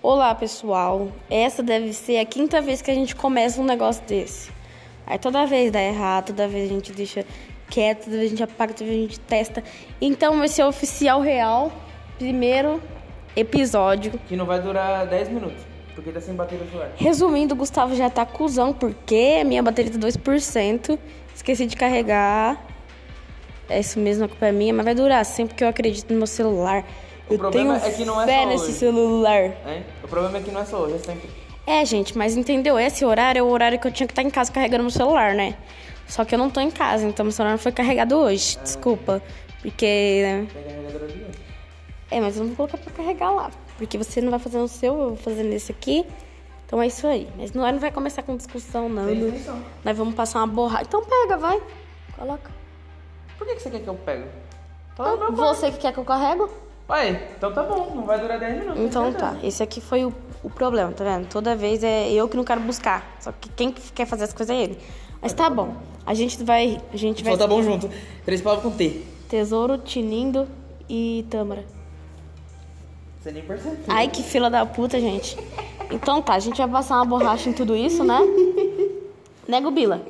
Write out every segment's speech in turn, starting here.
Olá pessoal, essa deve ser a quinta vez que a gente começa um negócio desse. Aí toda vez dá errado, toda vez a gente deixa quieto, toda vez a gente apaga, toda vez a gente testa. Então esse é o oficial real, primeiro episódio. Que não vai durar 10 minutos, porque tá sem bateria solar. Resumindo, o Gustavo já tá cuzão porque minha bateria tá 2%, esqueci de carregar. É isso mesmo, a culpa é minha, mas vai durar sempre que eu acredito no meu celular. O eu tenho problema é que não é fé só nesse hoje. celular. Hein? O problema é que não é só hoje, é sempre. É, gente, mas entendeu? Esse horário é o horário que eu tinha que estar em casa carregando meu celular, né? Só que eu não tô em casa, então meu celular não foi carregado hoje. Desculpa. Porque. né? Tem carregador ali. ó. É, mas eu não vou colocar pra carregar lá. Porque você não vai fazer no seu, eu vou fazer nesse aqui. Então é isso aí. Mas nós não vai começar com discussão, não. Tem Nós- definição. Nós vamos passar uma borracha. Então pega, vai. Coloca. Por que, que você quer que eu pegue? Fala pra eu Então, Você que quer que eu carrego? Vai, então tá bom, não vai durar 10 minutos. Então com certeza. tá, esse aqui foi o, o problema, tá vendo? Toda vez é eu que não quero buscar. Só que quem que quer fazer as coisas é ele. Mas tá bom. A gente vai. A gente vai. Só tá bom junto. Três palavras com T. Tesouro, Tinindo e Tâmara. Você nem percebeu. Ai, que fila da puta, gente. Então tá, a gente vai passar uma borracha em tudo isso, né? Né, Gubila?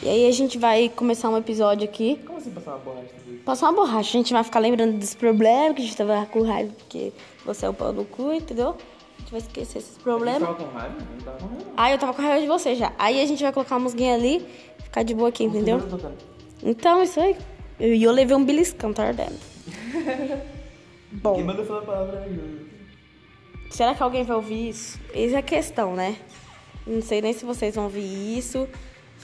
E aí a gente vai começar um episódio aqui. Como assim passar uma borracha tudo isso? Passar uma borracha, a gente vai ficar lembrando desse problema, que a gente tava com raiva porque você é o pau no cu, entendeu? A gente vai esquecer esses Você problemas. tava com raiva? Eu não tava com raiva. Ah, eu tava com raiva de você já. Aí a gente vai colocar a musguinha ali, ficar de boa aqui, entendeu? Eu tô tocando. Então, isso aí. E eu, eu levei um beliscão, tá ardendo. Quem Bom, mandou falar a palavra é Júlio. será que alguém vai ouvir isso? Essa é a questão, né? Não sei nem se vocês vão ouvir isso.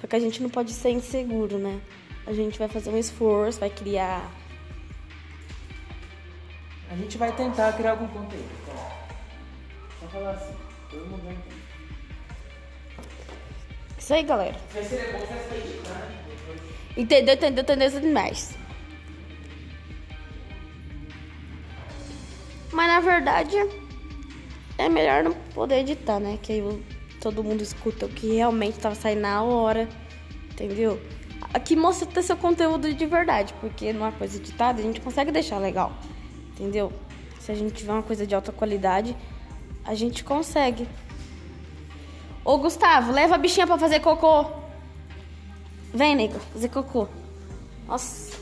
Só que a gente não pode ser inseguro, né? A gente vai fazer um esforço, vai criar. A gente vai tentar criar algum conteúdo. Então, só falar assim. Todo mundo vai entender. Isso aí, galera. Vai ser bom pra ser editado. Entendeu, entendeu, entendeu isso demais. Mas na verdade é melhor não poder editar, né? Que aí o- todo mundo escuta o que realmente tava saindo na hora, entendeu? Aqui mostra até seu conteúdo de verdade, porque numa coisa editada a gente consegue deixar legal, entendeu? Se a gente tiver uma coisa de alta qualidade, a gente consegue. Ô Gustavo, leva a bichinha pra fazer cocô. Vem, nego, fazer cocô. Nossa.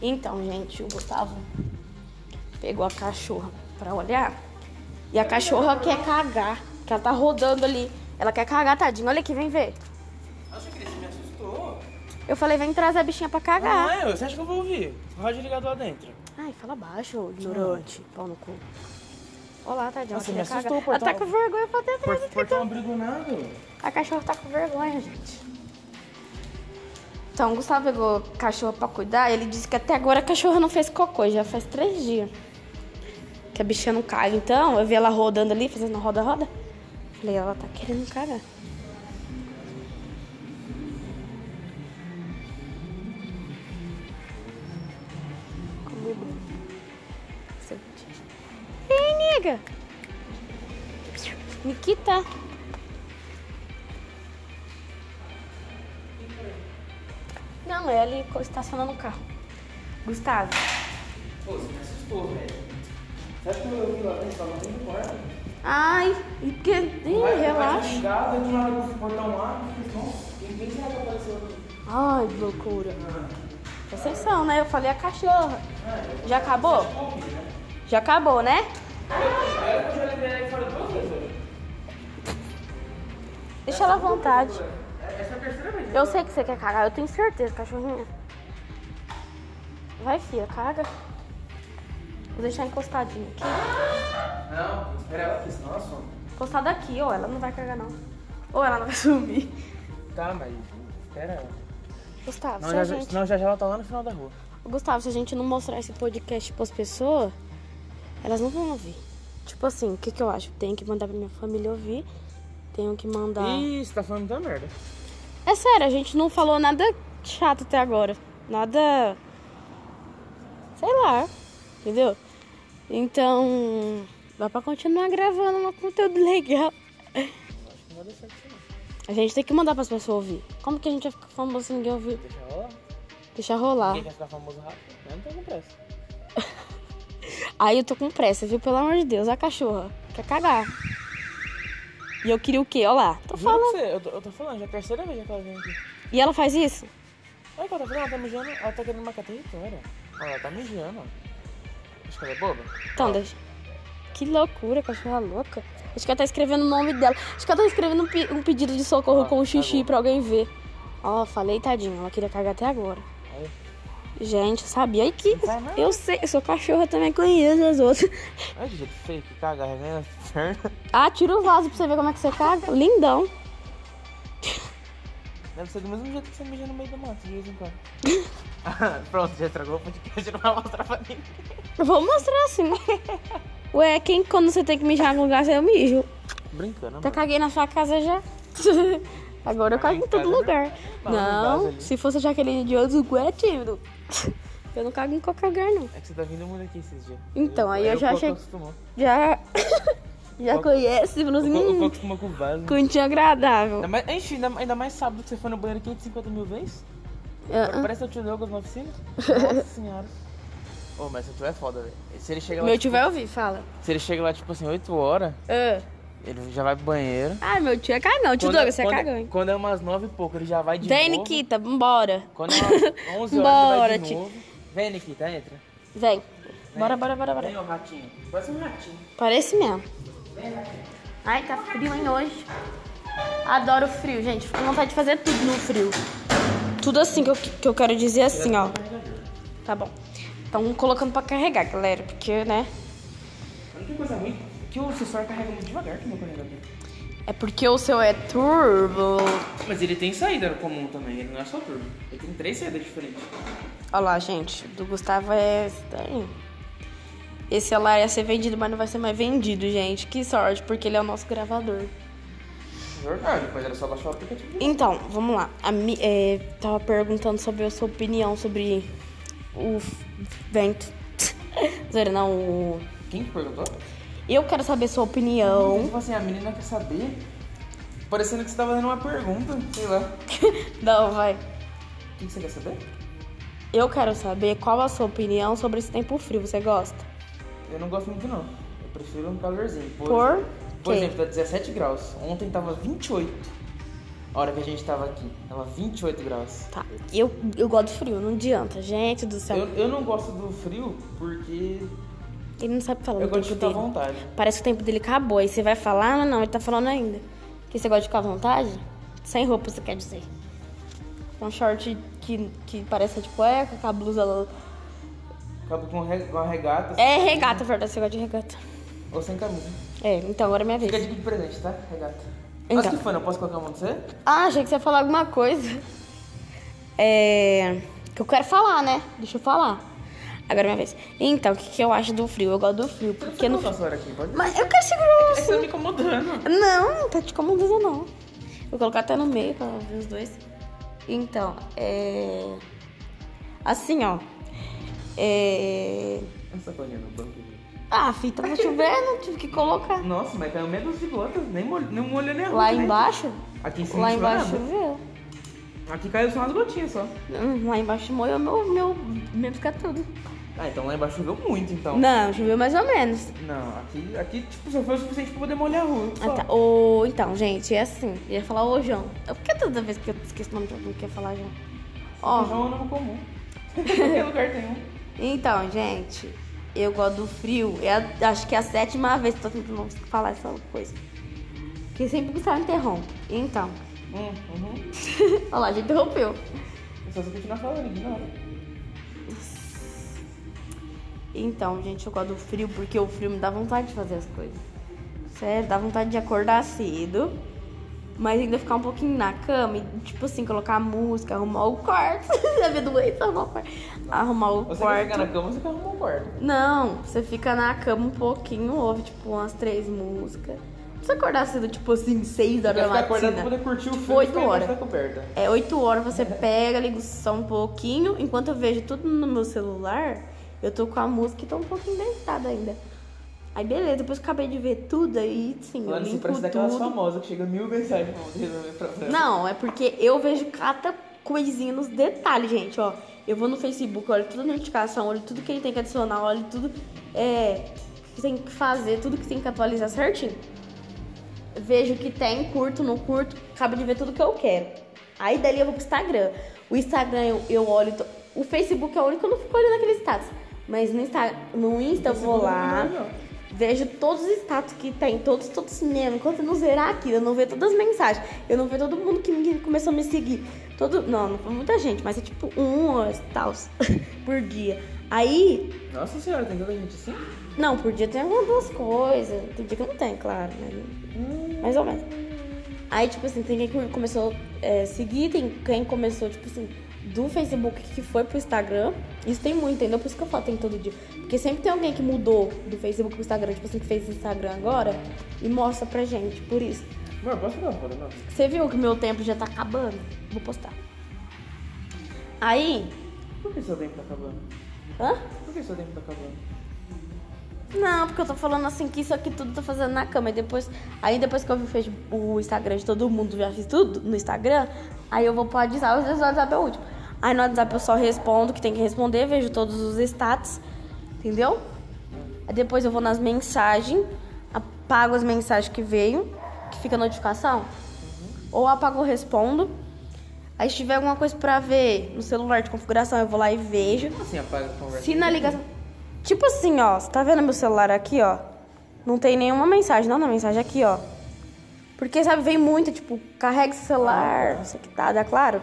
Então, gente, o Gustavo pegou a cachorra pra olhar. E a cachorra quer cagar. Que ela tá rodando ali. Ela quer cagar, tadinho. Olha aqui, vem ver. Nossa, Cris, me assustou. Eu falei, vem trazer a bichinha pra cagar. é eu. Você acha que eu vou ouvir? O rádio ligado lá dentro. Ai, fala baixo, ô ignorante. Pau no cu. Olá, tadinho. Nossa, ela me quer cagar. assustou, Ela tá portão. com vergonha pra ter Por, atrás. por tão abrigonado. A cachorra tá com vergonha, gente. Então, o Gustavo pegou a cachorra pra cuidar. Ele disse que até agora a cachorra não fez cocô, já faz três dias. Que a bichinha não caga. Então, eu vi ela rodando ali, fazendo roda-roda. Falei, ela tá querendo cagar. Comigo. Ei, nega! Nikita! Não, é ali co- estacionando o carro. Gustavo, Pô, você me assustou, velho. Você acha que eu ouvi lá dentro? Tava dentro do quarto. Ai, e porque. Ih, Vai- Vai relaxa. desligar, vai do nada com esse portão lá. Eu falei, Nossa, quem quem será que apareceu aqui? Ai, que loucura. Ah, Vocês são, né? Eu falei a cachorra. é. Já acabou? Eu ouvi, né? Já acabou, né? Eu já liberei ele fora duas vezes, velho. Deixa ela à vontade. Essa é a terceira vez. Eu sei que você quer cagar, eu tenho certeza, cachorrinha. Vai, filha, caga. Vou deixar encostadinho aqui. Não, espera ela aqui, senão ela some. Encostada aqui, ou ela não vai cagar, não. Ou ela não vai sumir. Tá, mas espera ela. Gustavo, Não, se a já, gente senão já já ela tá lá no final da rua. Gustavo, se a gente não mostrar esse podcast pras pessoas, elas não vão ouvir. Tipo assim, o que, que eu acho? Tenho que mandar pra minha família ouvir. Tenho que mandar. Ih, você tá falando muita merda. É sério, a gente não falou nada chato até agora. Nada. Sei lá. Entendeu? Então. Dá pra continuar gravando um conteúdo legal. Acho que não vai deixar de ser. não. A gente tem que mandar pras pessoas ouvir. Como que a gente vai ficar famoso se ninguém ouvir? Deixa ela lá. Deixa rolar. Quem quer ficar famoso rápido? Eu não tô com pressa. Aí eu tô com pressa, viu? Pelo amor de Deus, a cachorra quer cagar. E eu queria o quê? Olha lá. Tô Juro falando. pra você, eu tô, eu tô falando, já é a terceira vez que ela vem aqui. E ela faz isso? Olha o que ela tá fazendo, ela tá mijando, ela tá querendo marcar território. Olha, ela tá mijando. Acho que ela é boba. Então, deixa. Que loucura, cachorra é louca. Acho que ela tá escrevendo o nome dela. Acho que ela tá escrevendo um, pe- um pedido de socorro Ah, com o xixi cagou. pra alguém ver. Ó, falei, tadinha, ela queria cagar até agora. Aí, Gente, eu sabia E que. faz nada. Eu sei, eu sou cachorra também, conheço as outras. olha que jeito feio que caga, né? Ah, tira o vaso pra você ver como é que você caga. Lindão. Deve ser do mesmo jeito que você mija no meio do mato, de vez em quando. Ah, Pronto, já estragou o podcast, não vai mostrar pra ninguém. Eu Vou mostrar assim. Ué, quem quando você tem que mijar em algum lugar, você mijo. Brincando, Eu mano. caguei na sua casa já. Agora eu Mas cago em em todo casa né? não lugar. Não, no vaso Não, ali. se fosse já aquele idiota, o é tímido. Eu não cago em qualquer lugar, não. É que você tá vindo muito aqui esses dias. Então, aí eu já o Coco achei- acostumou. Já. Já Qual- conhece, O nos Coco- o Coco meninos. acostumou com o vaso. Continha agradável. Ainda mais, enfim, ainda, ainda mais sábado que você foi no banheiro 550 mil vezes. Ah, Parece o tio Douglas na oficina. assim. Nossa senhora. Ô, mas seu tio é foda, velho. Se ele ah. chega lá. Meu tipo, tio vai ouvir, fala. Se ele chega lá, tipo assim, 8 horas, Ah. ele já vai pro banheiro. Ah, meu tio é cagão. Tio Quando- Douglas, você é quando- cagão, hein? Quando é umas 9 e pouco, ele já vai de Vem, novo. Nikita, vambora. Quando é umas 11 horas, Bora, ele vai de tio. novo. Vem, Nikita, entra. Vem. Bora, bora, bora, bora. Vem, ô ratinho. Parece um ratinho. Parece mesmo. Ai, tá frio, hein, hoje. Adoro o frio, gente. Fico com vontade de fazer tudo no frio. Tudo assim que eu, que eu quero dizer assim, ó. Tá bom. Então, colocando pra carregar, galera. Porque, né? A única coisa ruim é que o sensor carrega muito devagar que o meu carregador. É porque o seu é turbo. Mas ele tem saída comum também, ele não é só turbo. Ele tem três saídas diferentes. Olha lá, gente. Do Gustavo é esse daí. Esse lá ia ser vendido, mas não vai ser mais vendido, gente. Que sorte, porque ele é o nosso gravador. Ah, depois era só baixar o aplicativo. Então, vamos lá. A, mi- é, tava perguntando sobre a sua opinião sobre o f- vento. Zero, não. o- Quem que perguntou? Eu quero saber sua Então, opinião. Tipo assim, a menina quer saber. Parecendo que você tava dando uma pergunta, sei lá. Não, vai. O que que você quer saber? Eu quero saber qual a sua opinião sobre esse tempo frio. Você gosta? Eu não gosto muito, não. Eu prefiro um calorzinho. Por exemplo- Por quê? exemplo, tá 17 graus. Ontem tava 28. A hora que a gente tava aqui. Tava 28 graus. Tá. Eu, eu gosto de frio, não adianta. Gente do céu. Eu, eu não gosto do frio porque Ele não sabe falar eu Então, do gosto de tempo ficar à dele. vontade. Parece que o tempo dele acabou. Aí você vai falar, mas não, ele tá falando ainda. Que você gosta de ficar à vontade? Sem roupa, você quer dizer. Um short que, que parece de cueca, com a blusa. Acabo com, re, com a regata É regata, verdade, você gosta de regata. ou sem camisa. É, então agora é minha Fica vez. de presente, tá? Regata. Então. Mas que fã, eu posso colocar a mão no você? Ah, achei que você ia falar alguma coisa. É. Que eu quero falar, né? Deixa eu falar. Agora é minha vez. Então, o que, que eu acho do frio? Eu gosto do frio, porque no. não faço hora aqui, pode Mas eu quero segurar É que assim. você tá me incomodando. Não, não tá te incomodando, não. Vou colocar até no meio pra ver os dois. Então, é. Assim, ó. É. Essa colinha no banco. gente. Ah, a fita tá chovendo, tive que colocar. Nossa, mas caiu menos de gotas. Nem molhou, nem molhou nem a Lá roupa, né? embaixo? Aqui em cima Lá não embaixo choveu choveu. nada. Aqui caiu só umas gotinhas só. Hum, Lá embaixo molhou meu, meu, meu ficar tudo. Ah, então lá embaixo choveu muito, então. Não, choveu mais ou menos. Não, aqui, aqui tipo, só foi o suficiente pra poder molhar a rua. Ah, só. tá. Ô, então, gente, é assim. Eu ia falar ô João. Eu- Por que toda vez que eu esqueço o nome de alguém que eu ia falar João? Ó, Feijão é um nome comum. Qualquer lugar tem um. então, gente, eu gosto do frio. É a- acho que é a sétima vez que eu tô tentando falar essa coisa. Porque sempre o Gustavo interrompe. Então, Hum, uhum. olha lá, já interrompeu. É só você continuar falando, ignora. Então, gente, eu gosto do frio porque o frio me dá vontade de fazer as coisas. Sério, dá vontade de acordar cedo, mas ainda ficar um pouquinho na cama e, tipo assim, colocar música, arrumar o quarto. Já me doente arrumar o quarto. Arrumar o Você quer quarto. ficar na cama, você quer arrumar um quarto. Não, você fica na cama um pouquinho, ouve, tipo, umas três músicas. Não precisa acordar cedo, tipo assim, seis Você horas quer da ficar acordado pra poder matina. curtir o Tipo, filme e oito ficar embaixo horas. da coberta. É, 8 horas você pega, liga o som um pouquinho. Enquanto eu vejo tudo no meu celular, eu tô com a música e tô um pouquinho deitada ainda. Aí beleza, depois que eu acabei de ver tudo, aí sim, eu Mano, você limpo assim, parece daquelas tudo. famosas que chega mil mensagens pra você resolver problema. Não, é porque eu vejo cada coisinha nos detalhes, gente, ó. Eu vou no Facebook, olho toda a notificação, olho tudo que ele tem que adicionar, olho tudo é, que tem que fazer, tudo que tem que atualizar certinho. Vejo o que tem, curto, não curto, acabo de ver tudo que eu quero. Aí dali eu vou pro Instagram. O Instagram eu, eu olho. to- O Facebook é o único que eu não fico olhando aqueles status. Mas no, Insta, no Insta eu vou Facebook lá. não, não. Vejo todos os status que tem, todos, todos mesmo. Enquanto eu não zerar aquilo, eu não ver todas as mensagens. Eu não ver todo mundo que me- começou a me seguir. Todo, não, não foi muita gente, mas é tipo um ou tal por dia. Aí, Nossa senhora, tem tanta gente assim? não, por dia tem algumas coisas. Tem dia que não tem, claro, né? Hum, Mais ou menos. Aí, tipo assim, tem quem que começou a seguir, tem quem começou, tipo assim, do Facebook que foi pro Instagram. Isso tem muito, entendeu? Por isso que eu falo, tem todo dia. Porque sempre tem alguém que mudou do Facebook pro Instagram, tipo assim, que fez Instagram agora e mostra pra gente, por isso. Amor, posso dar uma foto, não? Você viu que meu tempo já tá acabando? Vou postar. Aí. Por que seu tempo tá acabando? Hã? Por que seu tempo tá acabando? Não, porque eu tô falando assim que isso aqui tudo tá fazendo na cama. E depois, aí depois que eu vi o Facebook- o Instagram de todo mundo, já fiz tudo no Instagram, aí eu vou pro WhatsApp, às vezes o WhatsApp é o último. Aí no WhatsApp eu só respondo o que tem que responder, vejo todos os status, entendeu? Aí depois eu vou nas mensagens, apago as mensagens que veio, que fica a notificação, ou apago ou respondo. Aí se tiver alguma coisa pra ver no celular de configuração, eu vou lá e vejo. Como assim apaga a conversa? Se na ligação. Tipo assim, ó, você tá vendo meu celular aqui, ó? Não tem nenhuma mensagem, não, na mensagem aqui, ó. Porque, sabe, vem muito, tipo, carrega esse celular, não sei o que tá, dá claro?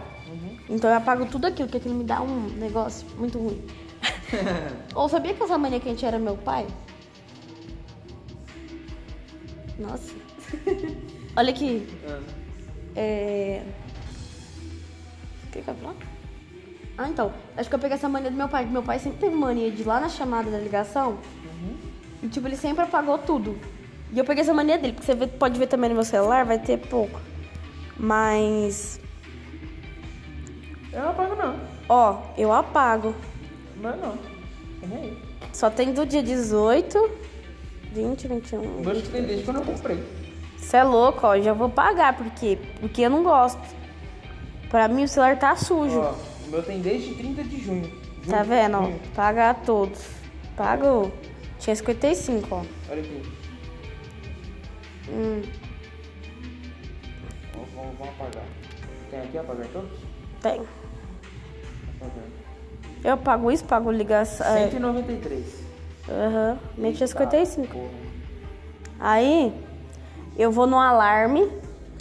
Então eu apago tudo aquilo, porque aquilo me dá um negócio muito ruim. Ou sabia que essa mania que a gente era meu pai? Nossa. Olha aqui. Ah, É. O que que eu ia falar? Ah, então. Acho que eu peguei essa mania do meu pai. que Meu pai sempre teve mania de ir lá na chamada da ligação. E, tipo, ele sempre apagou tudo. E eu peguei essa mania dele, porque você vê- pode ver também no meu celular, vai ter pouco. Mas. Eu não apago não. Ó, eu apago. Mas não. É nem aí. Só tem do dia 18, 20, 21. Meu que tem desde quando eu comprei. Você um. é louco, ó. Já vou pagar, por quê? Porque eu não gosto. Pra mim o celular tá sujo. Ó, o meu tem desde 30 de junho. Junho, Tá vendo? ó? junho. Paga todos. Pagou. Tinha 55, ó. Olha aqui. Hum, Vamos, vamos, vamos apagar. Tem aqui apagar todos? tem. Apagar. Eu pago isso, pago ligação. é, 193. Aham. Minha tinha Eita, 55. porra. Aí, eu vou no alarme.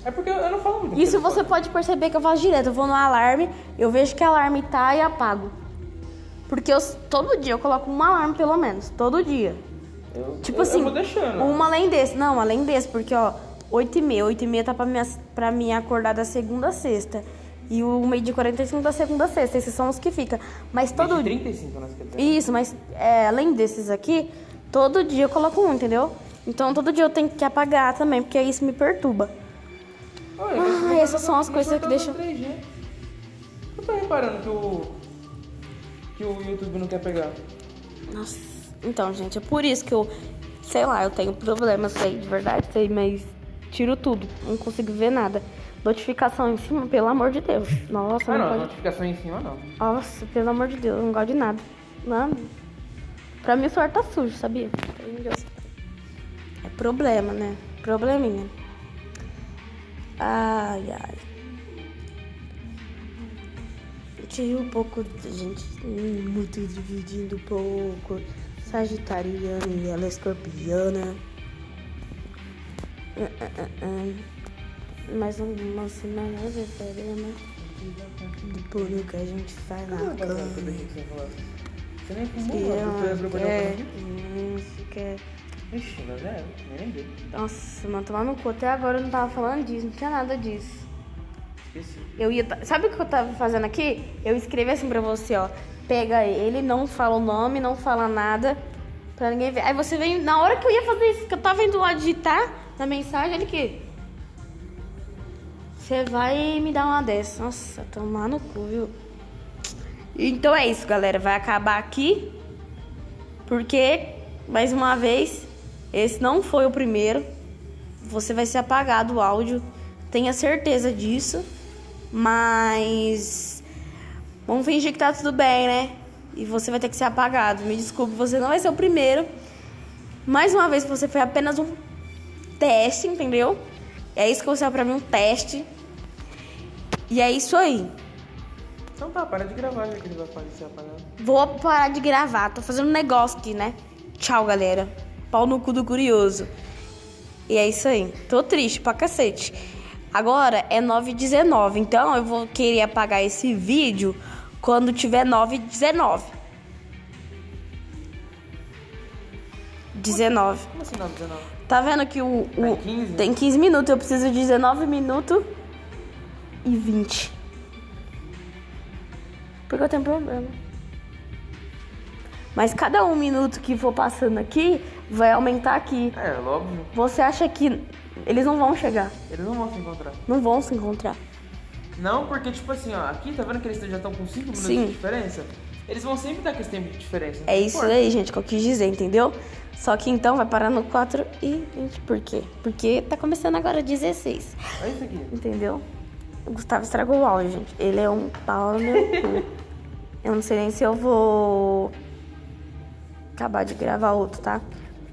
É porque eu, eu não falo muito. no Isso telefone. você pode perceber que eu faço direto. Eu vou no alarme, eu vejo que alarme tá e apago. Porque eu, todo dia eu coloco um alarme, pelo menos. Todo dia. Eu, Tipo eu, assim, Eu vou deixando. uma além desse. Não, além desse, porque, ó, 8 e meia. 8 e meia tá pra mim, as- pra mim acordar da segunda a sexta. E o meio de 45 da segunda a sexta. Esses são os que ficam. Mas todo Desde dia... 35 na secretaria. Isso, mas é, além desses aqui, todo dia eu coloco um, entendeu? Então todo dia eu tenho que apagar também, porque isso me perturba. Olha, Ah, esse essas são as meu coisas que portão tá 3G. Eu tô reparando que o... Que o YouTube não quer pegar. Nossa. Então, gente, é por isso que eu, sei lá, eu tenho problemas sei, de verdade, sei, mas tiro tudo, não consigo ver nada. Notificação em cima, pelo amor de Deus. Nossa, Ah, não não, as pode- Ah, notificações em cima não. Nossa, pelo amor de Deus, eu não gosto de nada. Nada. Pra mim o suor tá sujo, sabia? Pelo amor de Deus. É problema, né? Probleminha. Ai, ai. Eu tirei um pouco, de- gente, hum, muito dividindo um pouco. Sagitariana e ela é escorpiana. Ah, ah, ah, ah. Mais uma semana, né? Por o que a gente faz na Não, cama. tudo bem que você falou. Você nem Que fumou, ela você tá abriu o quer, botão. é, isso quer. Ixi, mas é, nem lembrei. Nossa, mano, tomar no cu. Até agora eu não tava falando disso, não tinha nada disso. Esqueci. Eu ia. ta- Sabe o que eu tava fazendo aqui? Eu escrevi assim pra você, ó. Pega ele, não fala o nome, não fala nada. Pra ninguém ver. Aí você vem. Na hora que eu ia fazer isso, que eu tava indo lá digitar na mensagem, olha aqui. Você vai me dar uma dessa. Nossa, tomar no cu, viu? Então é isso, galera. Vai acabar aqui. Porque, mais uma vez, esse não foi o primeiro. Você vai ser apagado o áudio. Tenha certeza disso. Mas. Vamos fingir que tá tudo bem, né? E você vai ter que ser apagado. Me desculpe, você não vai ser o primeiro. Mais uma vez, você foi apenas um teste, entendeu? É isso que você é pra mim, um teste. E é isso aí. Então tá, para de gravar já que ele vai aparecer apagado. Vou parar de gravar, tô fazendo um negócio aqui, né? Tchau, galera. Pau no cu do curioso. E é isso aí. Tô triste pra cacete. Agora é 9h19, então eu vou querer apagar esse vídeo quando tiver 9h19. 19. Como assim 919? Tá vendo que o. o- Tem 15? tem 15 minutos, eu preciso de 19 minutos e 20. Porque eu tenho problema. Mas cada um minuto que for passando aqui vai aumentar aqui. É, óbvio. Você acha que eles não vão chegar? Eles não vão se encontrar. Não vão se encontrar. Não, porque tipo assim, ó, aqui tá vendo que eles já estão com 5 minutos Sim. de diferença? Eles vão sempre dar com esse tempo de diferença. É isso aí. aí, gente, que eu quis dizer, entendeu? Só que então vai parar no 4 e 20. Por quê? Porque tá começando agora 16. Olha é isso aqui. Entendeu? O Gustavo estragou o áudio, gente. Ele é um pau no meu cu. Eu não sei nem se eu vou acabar de gravar outro, tá?